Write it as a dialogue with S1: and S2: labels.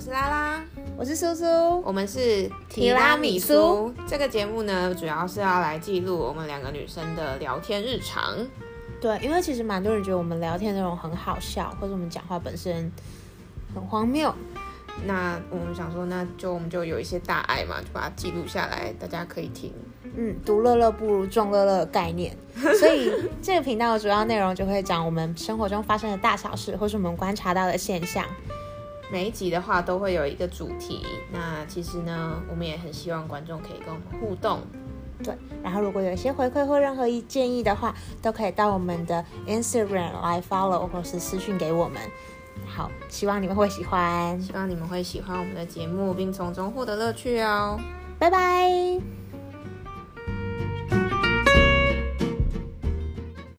S1: 是拉拉，
S2: 我是苏苏。
S1: 我们是
S2: 提拉米苏。
S1: 这个节目呢，主要是要来记录我们两个女生的聊天日常。
S2: 对，因为其实蛮多人觉得我们聊天内容很好笑，或者我们讲话本身很荒谬。
S1: 那我们想说，那就我们就有一些大爱嘛，就把它记录下来，大家可以听。
S2: 嗯，独乐乐不如众乐乐的概念，所以这个频道的主要内容就会讲我们生活中发生的大小事，或是我们观察到的现象。
S1: 每一集的话都会有一个主题。那其实呢，我们也很希望观众可以跟我们互动。
S2: 对，然后如果有一些回馈或任何意建议的话，都可以到我们的 Instagram 来 follow 或是私讯给我们。好，希望你们会喜欢，
S1: 希望你们会喜欢我们的节目，并从中获得乐趣哦。
S2: 拜拜。